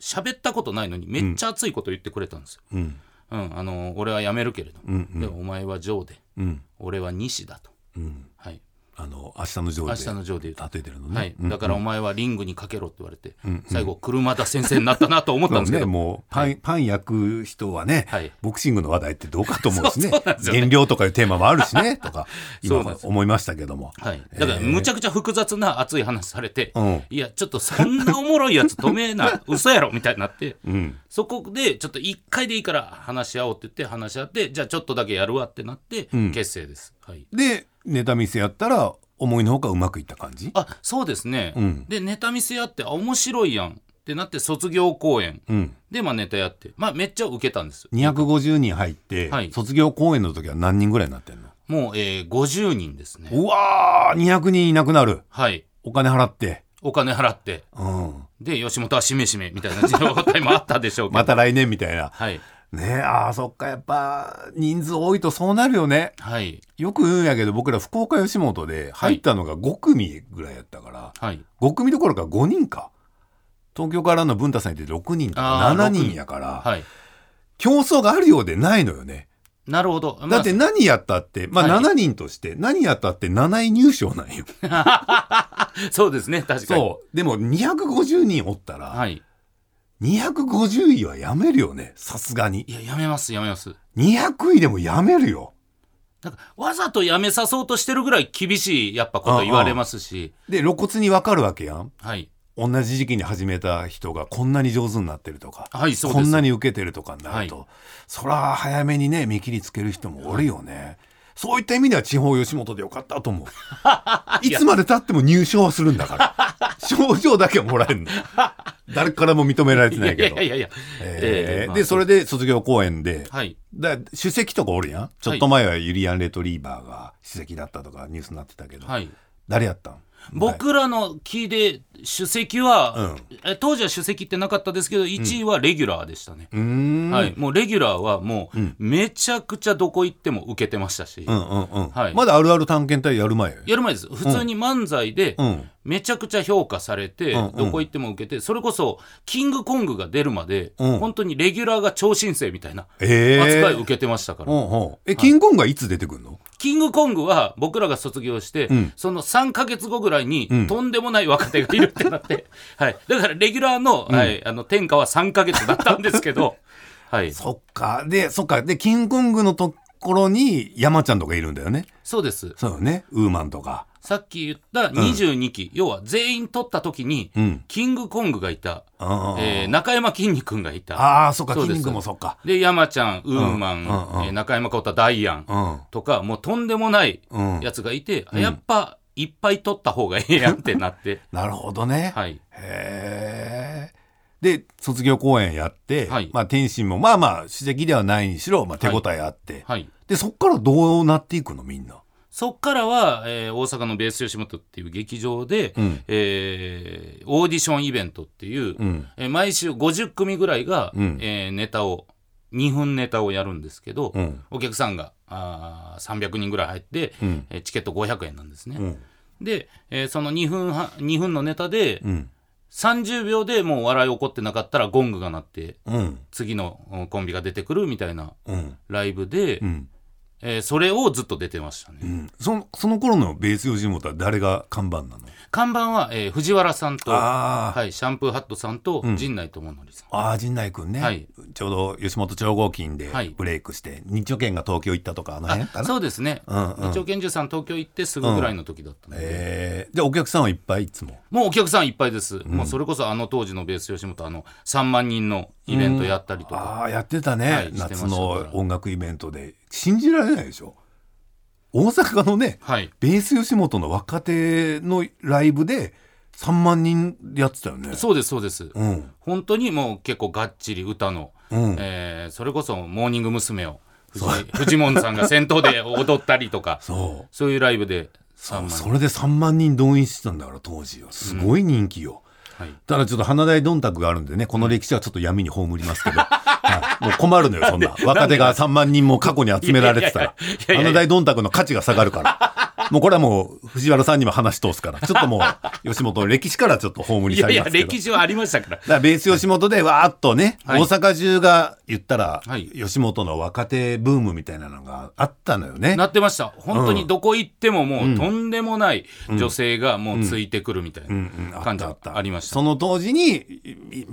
喋ったことないのにめっちゃ熱いこと言ってくれたんですよ。うんうん、あの俺は辞めるけれども、うんでお前はジョーで、うん俺は西だと。うん。はい、あの、明日の上明で日のジョーで言うと。立ててるのね。はい、うんだからお前はリングにかけろって言われて、最後車田先生になったなと思ったんですけね、ど、もうパン、パン焼く人はね、はいボクシングの話題ってどうかと思うしねそうそうなんですよね減量とかいうテーマもあるし ねとかそう今なんです思いましたけども、はい、だからむちゃくちゃ複雑な熱い話されて、うんいやちょっとそんなおもろいやつ止めな嘘やろみたいになって、んそこでちょっと1回でいいから話し合おうって言って話し合ってじゃあちょっとだけやるわってなって、結成です。はいでネタ見せやったら思いのほかうまくいった感じあそうですね、うんでネタ見せやってあ面白いやんってなって卒業公演うん。で、まあ、ネタやって、まあ、めっちゃ受けたんですよ250人入って、はい卒業公演の時は何人ぐらいになってんのもう、えー、50人ですねうわー、200人いなくなる。はいお金払って。お金払ってうん。で吉本はしめしめみたいな時代もあったでしょうけど また来年みたいな。はいねえ、ああ、そっか、やっぱ、人数多いとそうなるよね。はいよく言うんやけど、僕ら福岡吉本で入ったのが5組ぐらいやったから、はい5組どころか5人か。東京からの文太さんって6人とかあー7人やから、はい競争があるようでないのよね。なるほど、まだあって何やったって、まあはい7人として、何やったって7位入賞なんよ。そうですね確かにそう。でも250人おったら、はい250位はやめるよね。さすがにい。ややめますやめます200位でもやめるよ。なんかわざとやめさそうとしてるぐらい厳しいやっぱこと言われますしで、露骨にわかるわけやん。はい同じ時期に始めた人がこんなに上手になってるとか、はいそうですこんなに受けてるとかになると、はそら早めにね見切りつける人もおるよね、そういった意味では地方吉本でよかったと思ういつまでたっても入賞はするんだから賞状だけはもらえるの誰からも認められていなやいいやけどいやいやいやえーまあでそれで卒業公演で、はいだ主席とかおるやんちょっと前はユリアン・レトリーバーが主席だったとかニュースになってたけど、はい誰やったん僕らの期で主席は、え当時は主席ってなかったですけど1位はレギュラーでしたね、うーん、はい、もうレギュラーはもうめちゃくちゃどこ行っても受けてましたし、うんうんうん、はいまだあるある探検隊やる前よやる前です普通に漫才でうんめちゃくちゃ評価されて、うんうんどこ行っても受けてそれこそキングコングが出るまで、うん本当にレギュラーが超新星みたいなええ扱い受けてましたから、うんうんえ、キングコングはいつ出てくるのキングコングは僕らが卒業して、んその3か月後ぐらいに、んとんでもない若手がいるってな って、はい、だからレギュラーの,、はい、あの天下は3か月だったんですけ ど、はい、そっか。で、そっか。で、キングコングのところに山ちゃんとかいるんだよね。そうですそうよね。ウーマンとか。さっき言った22期、要は全員取った時に、うんキングコングがいた、あー、えー中山きんに君がいたあー、そっか。そキうンですグもそっか。で山ちゃんウーマうン、んうんうんえー中山浩太ダイアンうん。とかもうとんでもないうん。やつがいて、やっぱいっぱい取った方がええやんって なって、なるほどね。はい、へえ。で、卒業公演やって、はいまあ、天心も、まあまあ、主席ではないにしろ、まあ、手応えあって、はい、で、そっからどうなっていくの、みんな。そっからは、えー大阪のベース吉本っていう劇場で、うんえーオーディションイベントっていう、うん。えー毎週50組ぐらいが、うんえーネタを2分ネタをやるんですけど、うん。お客さんがあー300人ぐらい入って、うん。えーチケット500円なんですね、うん。で、えーその2分は2分のネタでうん。 30秒でもう笑い起こってなかったらゴングが鳴ってうん。次のうんコンビが出てくるみたいなうん。ライブで、うん。えーそれをずっと出てましたね、うん、そのその頃のベース吉本は誰が看板なの看板は、えー藤原さんと、はあー、い、シャンプーハットさんとん陣内智則さん、あー陣内くんね、はいちょうど吉本超合金ではいブレイクして、日朝研が東京行ったとかあの辺かあなそうですね、うんうん一応拳銃さん東京行ってすぐぐらいの時だったので、えー、じゃあお客さんはいっぱいいつももうお客さんいっぱいです、もうそれこそあの当時のベース吉本あの3万人のイベントやったりとか、ああやってたね、はいしてまし夏たの音楽イベントで信じられないでしょ大阪のねはいベース吉本の若手のライブで3万人やってたよねそうですそうです、うん本当にもう結構がっちり歌の、うんえーそれこそモーニング娘。を藤井フジモンさんが先頭で踊ったりと かそうそういうライブで3そ万人、れで3万人動員してたんだから当時よすごい人気よ、はい、ただちょっと花大どんたくがあるんでねこの歴史はちょっと闇に葬りますけど、 はい、もう困るのよそんな若手が3万人も過去に集められてたらやいやいや花大どんたくの価値が下がるからもうこれはもう藤原さんにも話通すからちょっとも う吉本の歴史からちょっと葬りい去やいりやますけど歴史はありましたからだからベース吉本でわーっとね、はい大阪中が言ったら、はい吉本の若手ブームみたいなのがあったのよねなってました本当うにんどこ行ってももうとんでもない女性がもうついてくるみたいうんうんな感じがありました、その当時にい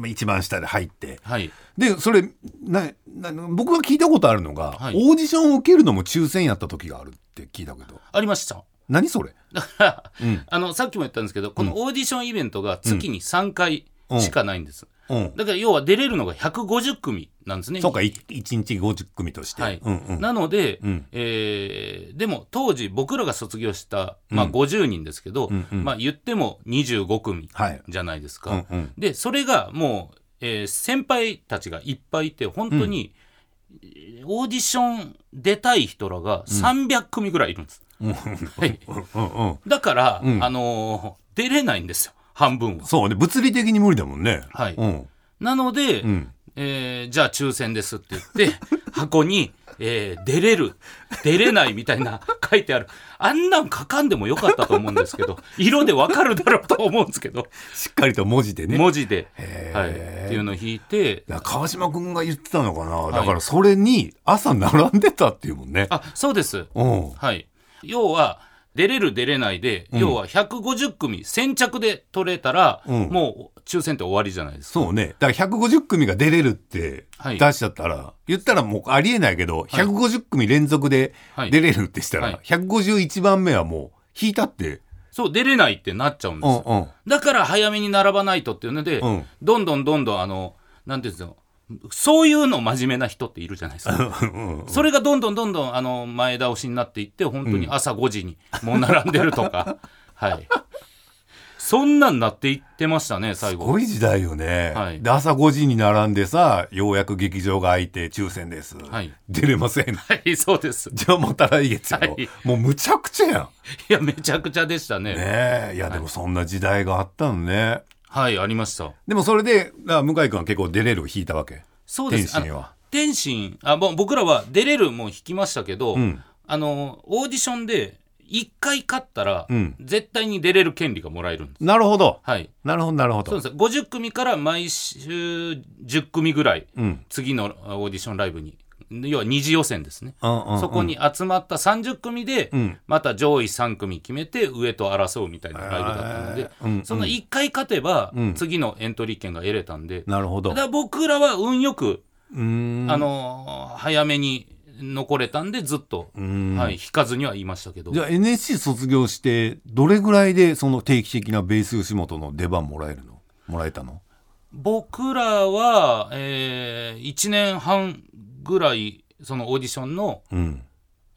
い一番下で入ってはいでそれなな僕が聞いたことあるのが、はいオーディションを受けるのも抽選やった時があるって聞いたけどありました 何それだから、んあのさっきも言ったんですけどこのオーディションイベントが月に3回しかないんです、うんだから要は出れるのが150組なんですね。そうか、い一日50組として。はいうんうん。なので、うんえーでも当時僕らが卒業した、まあ、50人ですけど、うんうんまあ、言っても25組はいじゃないですか。うんうん。でそれがもう、えー先輩たちがいっぱいいて本当に、えーオーディション出たい人らが300組ぐらいいるんです。はい、うんうん。だから、うんあのー出れないんですよ半分は。そうね、物理的に無理だもんね。はいうん。なので、うん。えーじゃあ抽選ですって言って、箱に、えー出れる、出れないみたいな書いてある。あんなん書かんでもよかったと思うんですけど、色でわかるだろうと思うんですけど、しっかりと文字でね。文字で、へーはい、っていうのを引いて、だから川島君が言ってたのかな、いだからそれに朝並んでたっていうもんね。あ、そうです。うん。はい。要は、出れる出れないで、要は150組先着で取れたら、うんもう抽選って終わりじゃないですか。そうね。だから150組が出れるってはい出しちゃったら、言ったらもうありえないけど、150組連続ではい出れるってしたら、はい151番目はもう引いたって。そう、出れないってなっちゃうんでうすんよ。うん。だから早めに並ばないとっていうので、うんどんどんどんどんあのなんていうんですかそういうの真面目な人っているじ ゃないですか。それがどんどんどんどんあの前倒しになっていって本当に朝5時にもう並んでる とか、はいそんなんなっていってましたね最す後ごい時代よね、はいで、朝5時に並んでさ、ようやく劇場が開いて抽選です。はい出れません。 はいそうですじゃあまた来月やろ、はいもうむちゃくちゃやん。いやめちゃくちゃでしたねねえ。いや、でもそんな時代があったのね。はいありましたでもそれで、あ向井君は結構出れるを引いたわけ。そうです天心はあの天心あぼ僕らは出れるも引きましたけど、んあのオーディションで1回勝ったら、うん絶対に出れる権利がもらえるんです。なるほど。はいなるほど、なるほど。そうです50組から毎週10組ぐらい、うん。次のオーディションライブに要は二次予選ですね、うんうんうんそこに集まった30組で、んまた上位3組決めて上と争うみたいなライブだったので、えーうんうんその1回勝てば、うん次のエントリー権が得れたんで、なるほど。だから僕らは運よく、うーん。あのー早めに残れたんでずっと、んはい、引かずには言いましたけどじゃあ NSC 卒業して、どれぐらいでその定期的なベース吉本の出番もらえるのもらえたの僕らは、え1年半ぐらいそのオーディションのうん。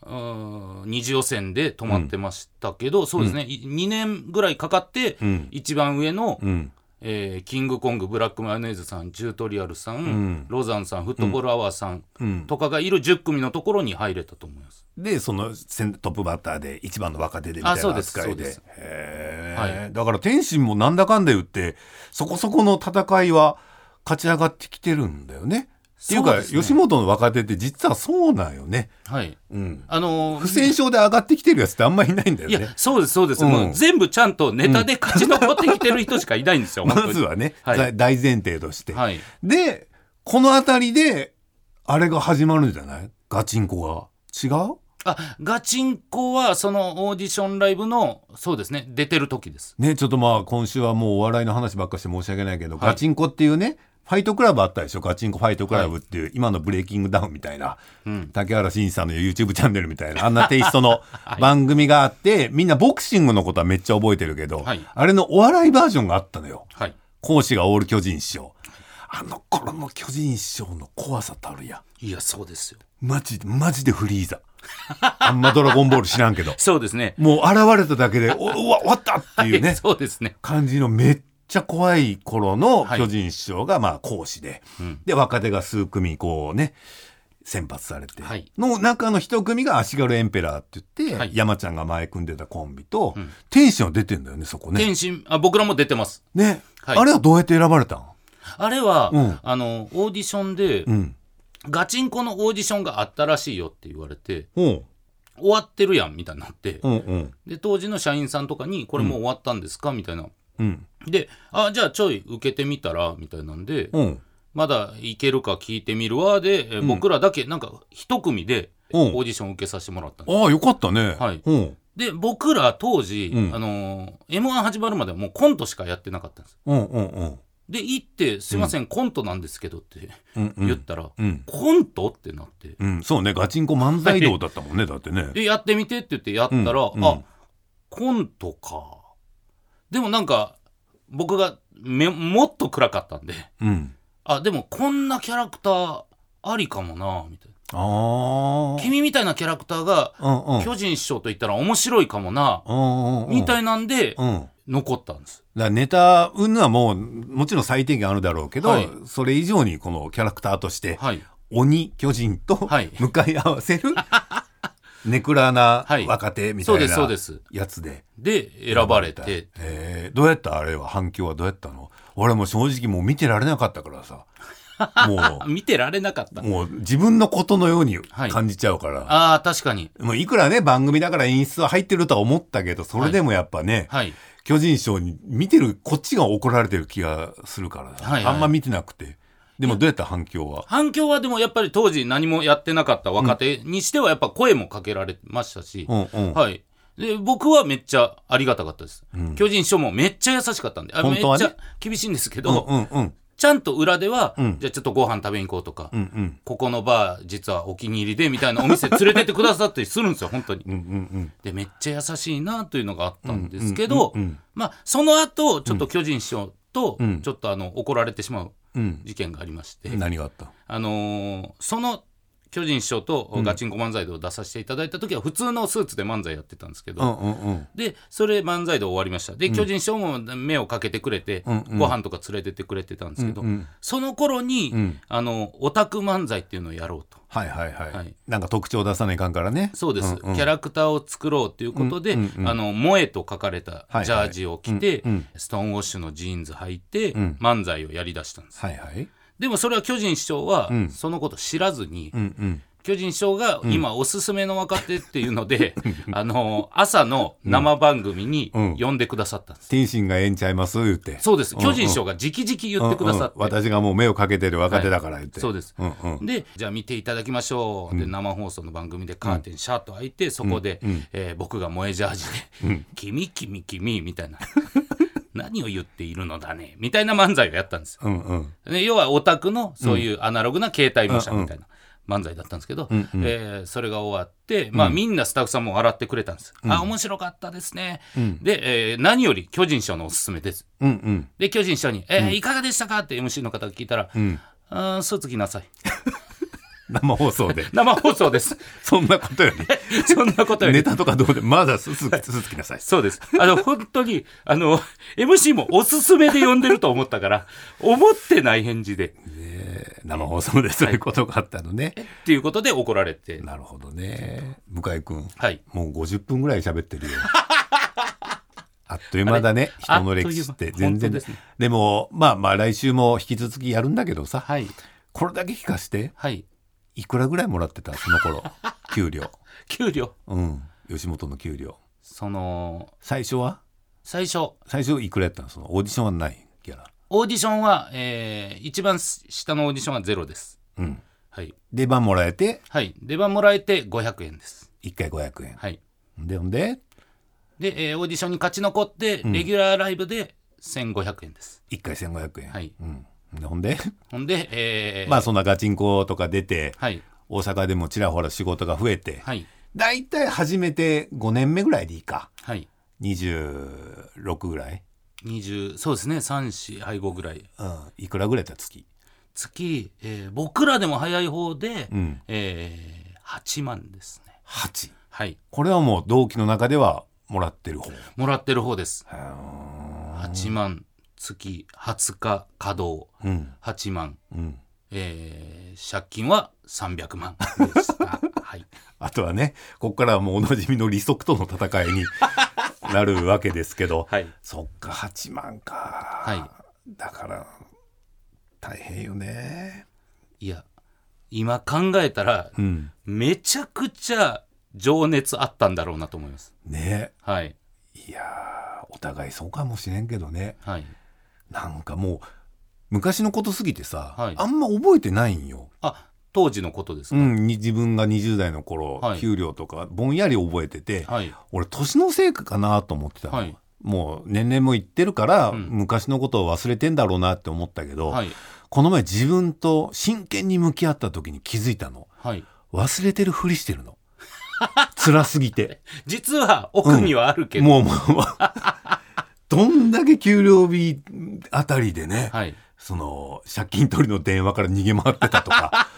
うーん二次予選で止まってましたけど、そうですね、2年ぐらいかかって、ん一番上の、うん。えーキングコングブラックマヨネーズさんチュートリアルさん、んロザンさんフットボールアワーさんうん。とかがいる10組のところに入れたと思います。で、その先トップバッターで一番の若手でみたいあそうなです扱いで。そうですへえ、はだから天心もなんだかんだ言って、そこそこの戦いは勝ち上がってきてるんだよね。っていうそうか、ですね吉本の若手って実はそうなんよね。はいうん。あのー不戦勝で上がってきてるやつってあんまりいないんだよいね。や、そうです、そうです、うんもう全部ちゃんとネタで勝ち残ってきてる人しかいないんですよ、本当 まにずはね、はいざ大前提として。はい。で、この辺りで、あれが始まるんじゃないガチンコが。違うあ、ガチンコは、そのオーディションライブの、そうですね、出てる時です。ね、ちょっとまあ今週はもうお笑いの話ばっかして申し訳ないけど、はいガチンコっていうね、ファイトクラブあったでしょガチンコファイトクラブっていう、今のブレイキングダウンみたいな、うん。竹原慎二さんの YouTube チャンネルみたい な、あんなテイストの番組があって、みんなボクシングのことはめっちゃ覚えてるけど、はいあれのお笑いバージョンがあったのよ。はい。講師がオール巨人師匠。あの頃の巨人師匠の怖さたるや。いや、そうですよ。マジで、マジでフリーザ。 あんまドラゴンボール知らんけど。そうですね。もう現れただけで、お、うわ、終わったっていうはねい、 そうですね。感じのめっちゃ怖い頃のはい巨人師匠が、まあ、講師で、うんで、若手が数組、こうね、先発されて、はいの中の一組が足軽エンペラーって言って、はい山ちゃんが前組んでたコンビと、ん天心は出てんだよね、そこね。天心、あ、僕らも出てます。ね、はいあれはどうやって選ばれたんあれは、うんあの、オーディションで、うん。ガチンコのオーディションがあったらしいよって言われて、うん。終わってるやん、みたいになってう、んうん。で、当時の社員さんとかに、これもう終わったんですかみたいな。うん。で、あ、じゃあちょい受けてみたら、みたいなんで、うん。まだいけるか聞いてみるわで、えーん僕らだけなんか一組でうオんーディション受けさせてもらったんですああ、よかったね。はいうん。で僕ら当時、うんあのー、m 1始まるまではもうコントしかやってなかったんですうんうんうん。で行って「すいません、コントなんですけど」ってうんうん言ったら「うん。コント?」ってなってうん、そうね、ガチンコ漫才道だったもんね、だってね「で。やってみて」って言ってやったら「うんうんあコントか」でもなんか僕がめもっと暗かったんでうん。あでもこんなキャラクターありかもなみたいああな。君みたいなキャラクターがうんうん。巨人師匠と言ったら面白いかもなうんうんうん。みたいいなんでうん。残ったんですだからネタうんぬはもうもちろん最低限あるだろうけど、はいそれ以上にこのキャラクターとして、はい鬼巨人とはい向かい合わせ る、ネクラなはい若手みたそういですそうなですやつでで選ばれてえーどうやったあれは反響はどうやったの俺も正直もう見てられなかったから さもあ見てられなかったうもう自分のことのようにはい感じちゃうから、ああ確かにい、もういくらね番組だから演出は入ってるとは思ったけどそれでもやっぱね、はい巨人賞に見てるこっちが怒られてる気がするからさ、はいはいあんま見てなくてでもどうやった反響は反響はでもやっぱり当時何もやってなかった若手にしてはやっぱ声もかけられましたし、うんうん、はい。で、僕はめっちゃありがたかったです。うん巨人師匠もめっちゃ優しかったんで、あ本当はねめっちゃ厳しいんですけうんど、うんうんちゃんと裏では、うんじゃあちょっとご飯食べに行こうとか、うんうんここのバー実はお気に入りでみたいなお店連れてってくださったりするんですよ、本当に。うんうんで、めっちゃ優しいなというのがあったうんんですけど、うんまあ、その後、ちょっと巨人師匠とうん、ちょっとあの、怒られてしまううん事件がありまして、うん何があったあのーその巨人師匠とガチンコ漫才で出させていただいた時は普通のスーツで漫才やってたんですけど、うんうんうんでそれ漫才で終わりましたで、巨人師匠も目をかけてくれて、うんうんご飯とか連れてってくれてたんですけど、うんうんその頃に、うんあのオタク漫才っていうのをやろうとはいはいはい、はいなんか特徴出さないかんからねそうです、うんうんキャラクターを作ろうということでう「んうんうんあの萌え」と書かれたはいジャージを着て、うんうんストーンウォッシュのジーンズ履いて、うん漫才をやりだしたんですはいはいでもそれは巨人師匠は、うんそのこと知らずに、うんうん巨人師匠が今おすすめの若手っていう ので、あの朝の生番組にうん呼んでくださったんです天心がええんちゃいます言ってそうですんん巨人師匠が直々言ってくださって、うんうん私がもう目をかけてる若手だから言って、そうです、うんうんでじゃあ見ていただきましょう、で生放送の番組でカーテンシャーッと開いて、そこで、えー僕が萌えジャージで「君君君」みたいな 「何を言っているのだね」みたいな漫才をやったんですようんうんね、要はオタクのそういうアナログな携帯模写みたいな漫才だったんですけど、えーそれが終わって、まあ、みんなスタッフさんも笑ってくれたんです、あ面白かったですね、で、えー何より巨人師匠のおすすめですうんうんで巨人師匠に、えーいかがでしたか?」って MC の方が聞いたら「んあースーツ着なさい生放送で生放送ですそんなことより そんなことよりネタとかどうでまだすす続きなさい。そうですあの本当にあの MC もおすすめで呼んでると思ったから思ってない返事で生放送でそういうことがあったのね。っていうことで怒られてなるほどね。向井くん、はいもう50分ぐらい喋ってるよ。あっという間だね。あれ人の歴史ってあっという全間然本当でですねも、まあまあ来週も引き続きやるんだけどさ、はいこれだけ聞かして、はいいくらぐらいもらってたその頃。給料。給料うん。吉本の給料。その最初は最初最初いくらやったのそのオーディションはないギャラ。オーディションは、えー一番下のオーディションはゼロですうん。はい、出番もらえて、はい、出番もらえて500円です1回500円。はいで、ほんで、で、えーオーディションに勝ち残ってレギュラーライブで1500円です、 1回1500円。はいうん。でほんで、 ほんで、えーまあそんなガチンコとか出て、はい大阪でもちらほら仕事が増えて、はいだいたい始めて5年目ぐらいでいいか。はい26ぐらい。 20そうですね34はい5ぐらいうん。いくらぐらいだった月。月、えー僕らでも早い方で、うん。えー8万ですね8。はいこれはもう同期の中ではもらってる方。もらってる方ですう8万月20日稼働ん。 8万うん。えー借金は300万で した。はい、あとはね、ここからはもうおなじみの利息との戦 いになるわけですけど、はい、そっか、8万か。はだから、大変よね。いや今考えたらうん。めちゃくちゃ情熱あったんだろうなと思います。ねはいいやーお互いそうかもしれんけどねはい、なんかもう昔のことすぎてさ、はいあんま覚えてないんよ、あ当時のことですうか、ん、に自分が20代の頃、はい給料とかぼんやり覚えてて、はい俺年のせいかなと思ってたの、はいもう年齢もいってるから、ん昔のことを忘れてんだろうなって思ったけど、はいこの前自分と真剣に向き合った時に気づいたのはい忘れてるふりしてるの 辛すぎて。実は奥にはあるけど、もう、もう、 どんだけ給料日あたりでね、はいその借金取りの電話から逃げ回ってたと か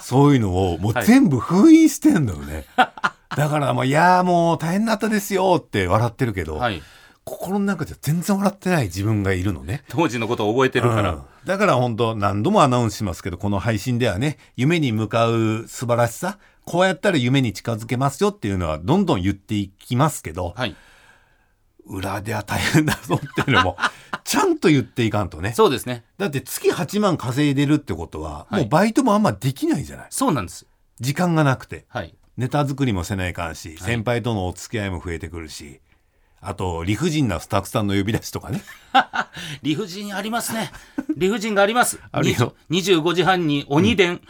そういうのをもう全部封印してんのよね、だからもういやーもう大変だったですよって笑ってるけど、はい心の中じゃ全然笑ってない自分がいるのね当時のことを覚えてるから、うんだから本当何度もアナウンスしますけどこの配信ではね夢に向かう素晴らしさこうやったら夢に近づけますよっていうのはどんどん言っていきますけど、はい裏では大変だぞっていうの もちゃんと言っていかんとねそうですねだって月8万稼いでるってことは、はもいうバイトもあんまできないじゃないそうなんです時間がなくてはいネタ作りもせないかんし、先輩とのお付き合いも増えてくるしあと理不尽なスタッフさんの呼び出しとかね理不尽あります ね理不尽がありますあるよに25時半に鬼伝、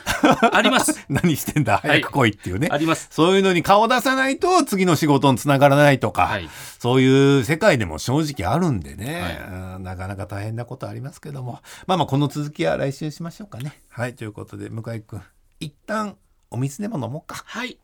あります何してんだい早く来いっていう ね、ありますそういうのに顔出さないと次の仕事につながらないとか、はいそういう世界でも正直あるんでね、はうんなかなか大変なことありますけどもまあまあこの続きは来週しましょうかね。はいということで向井君一旦お水でも飲もうか。はい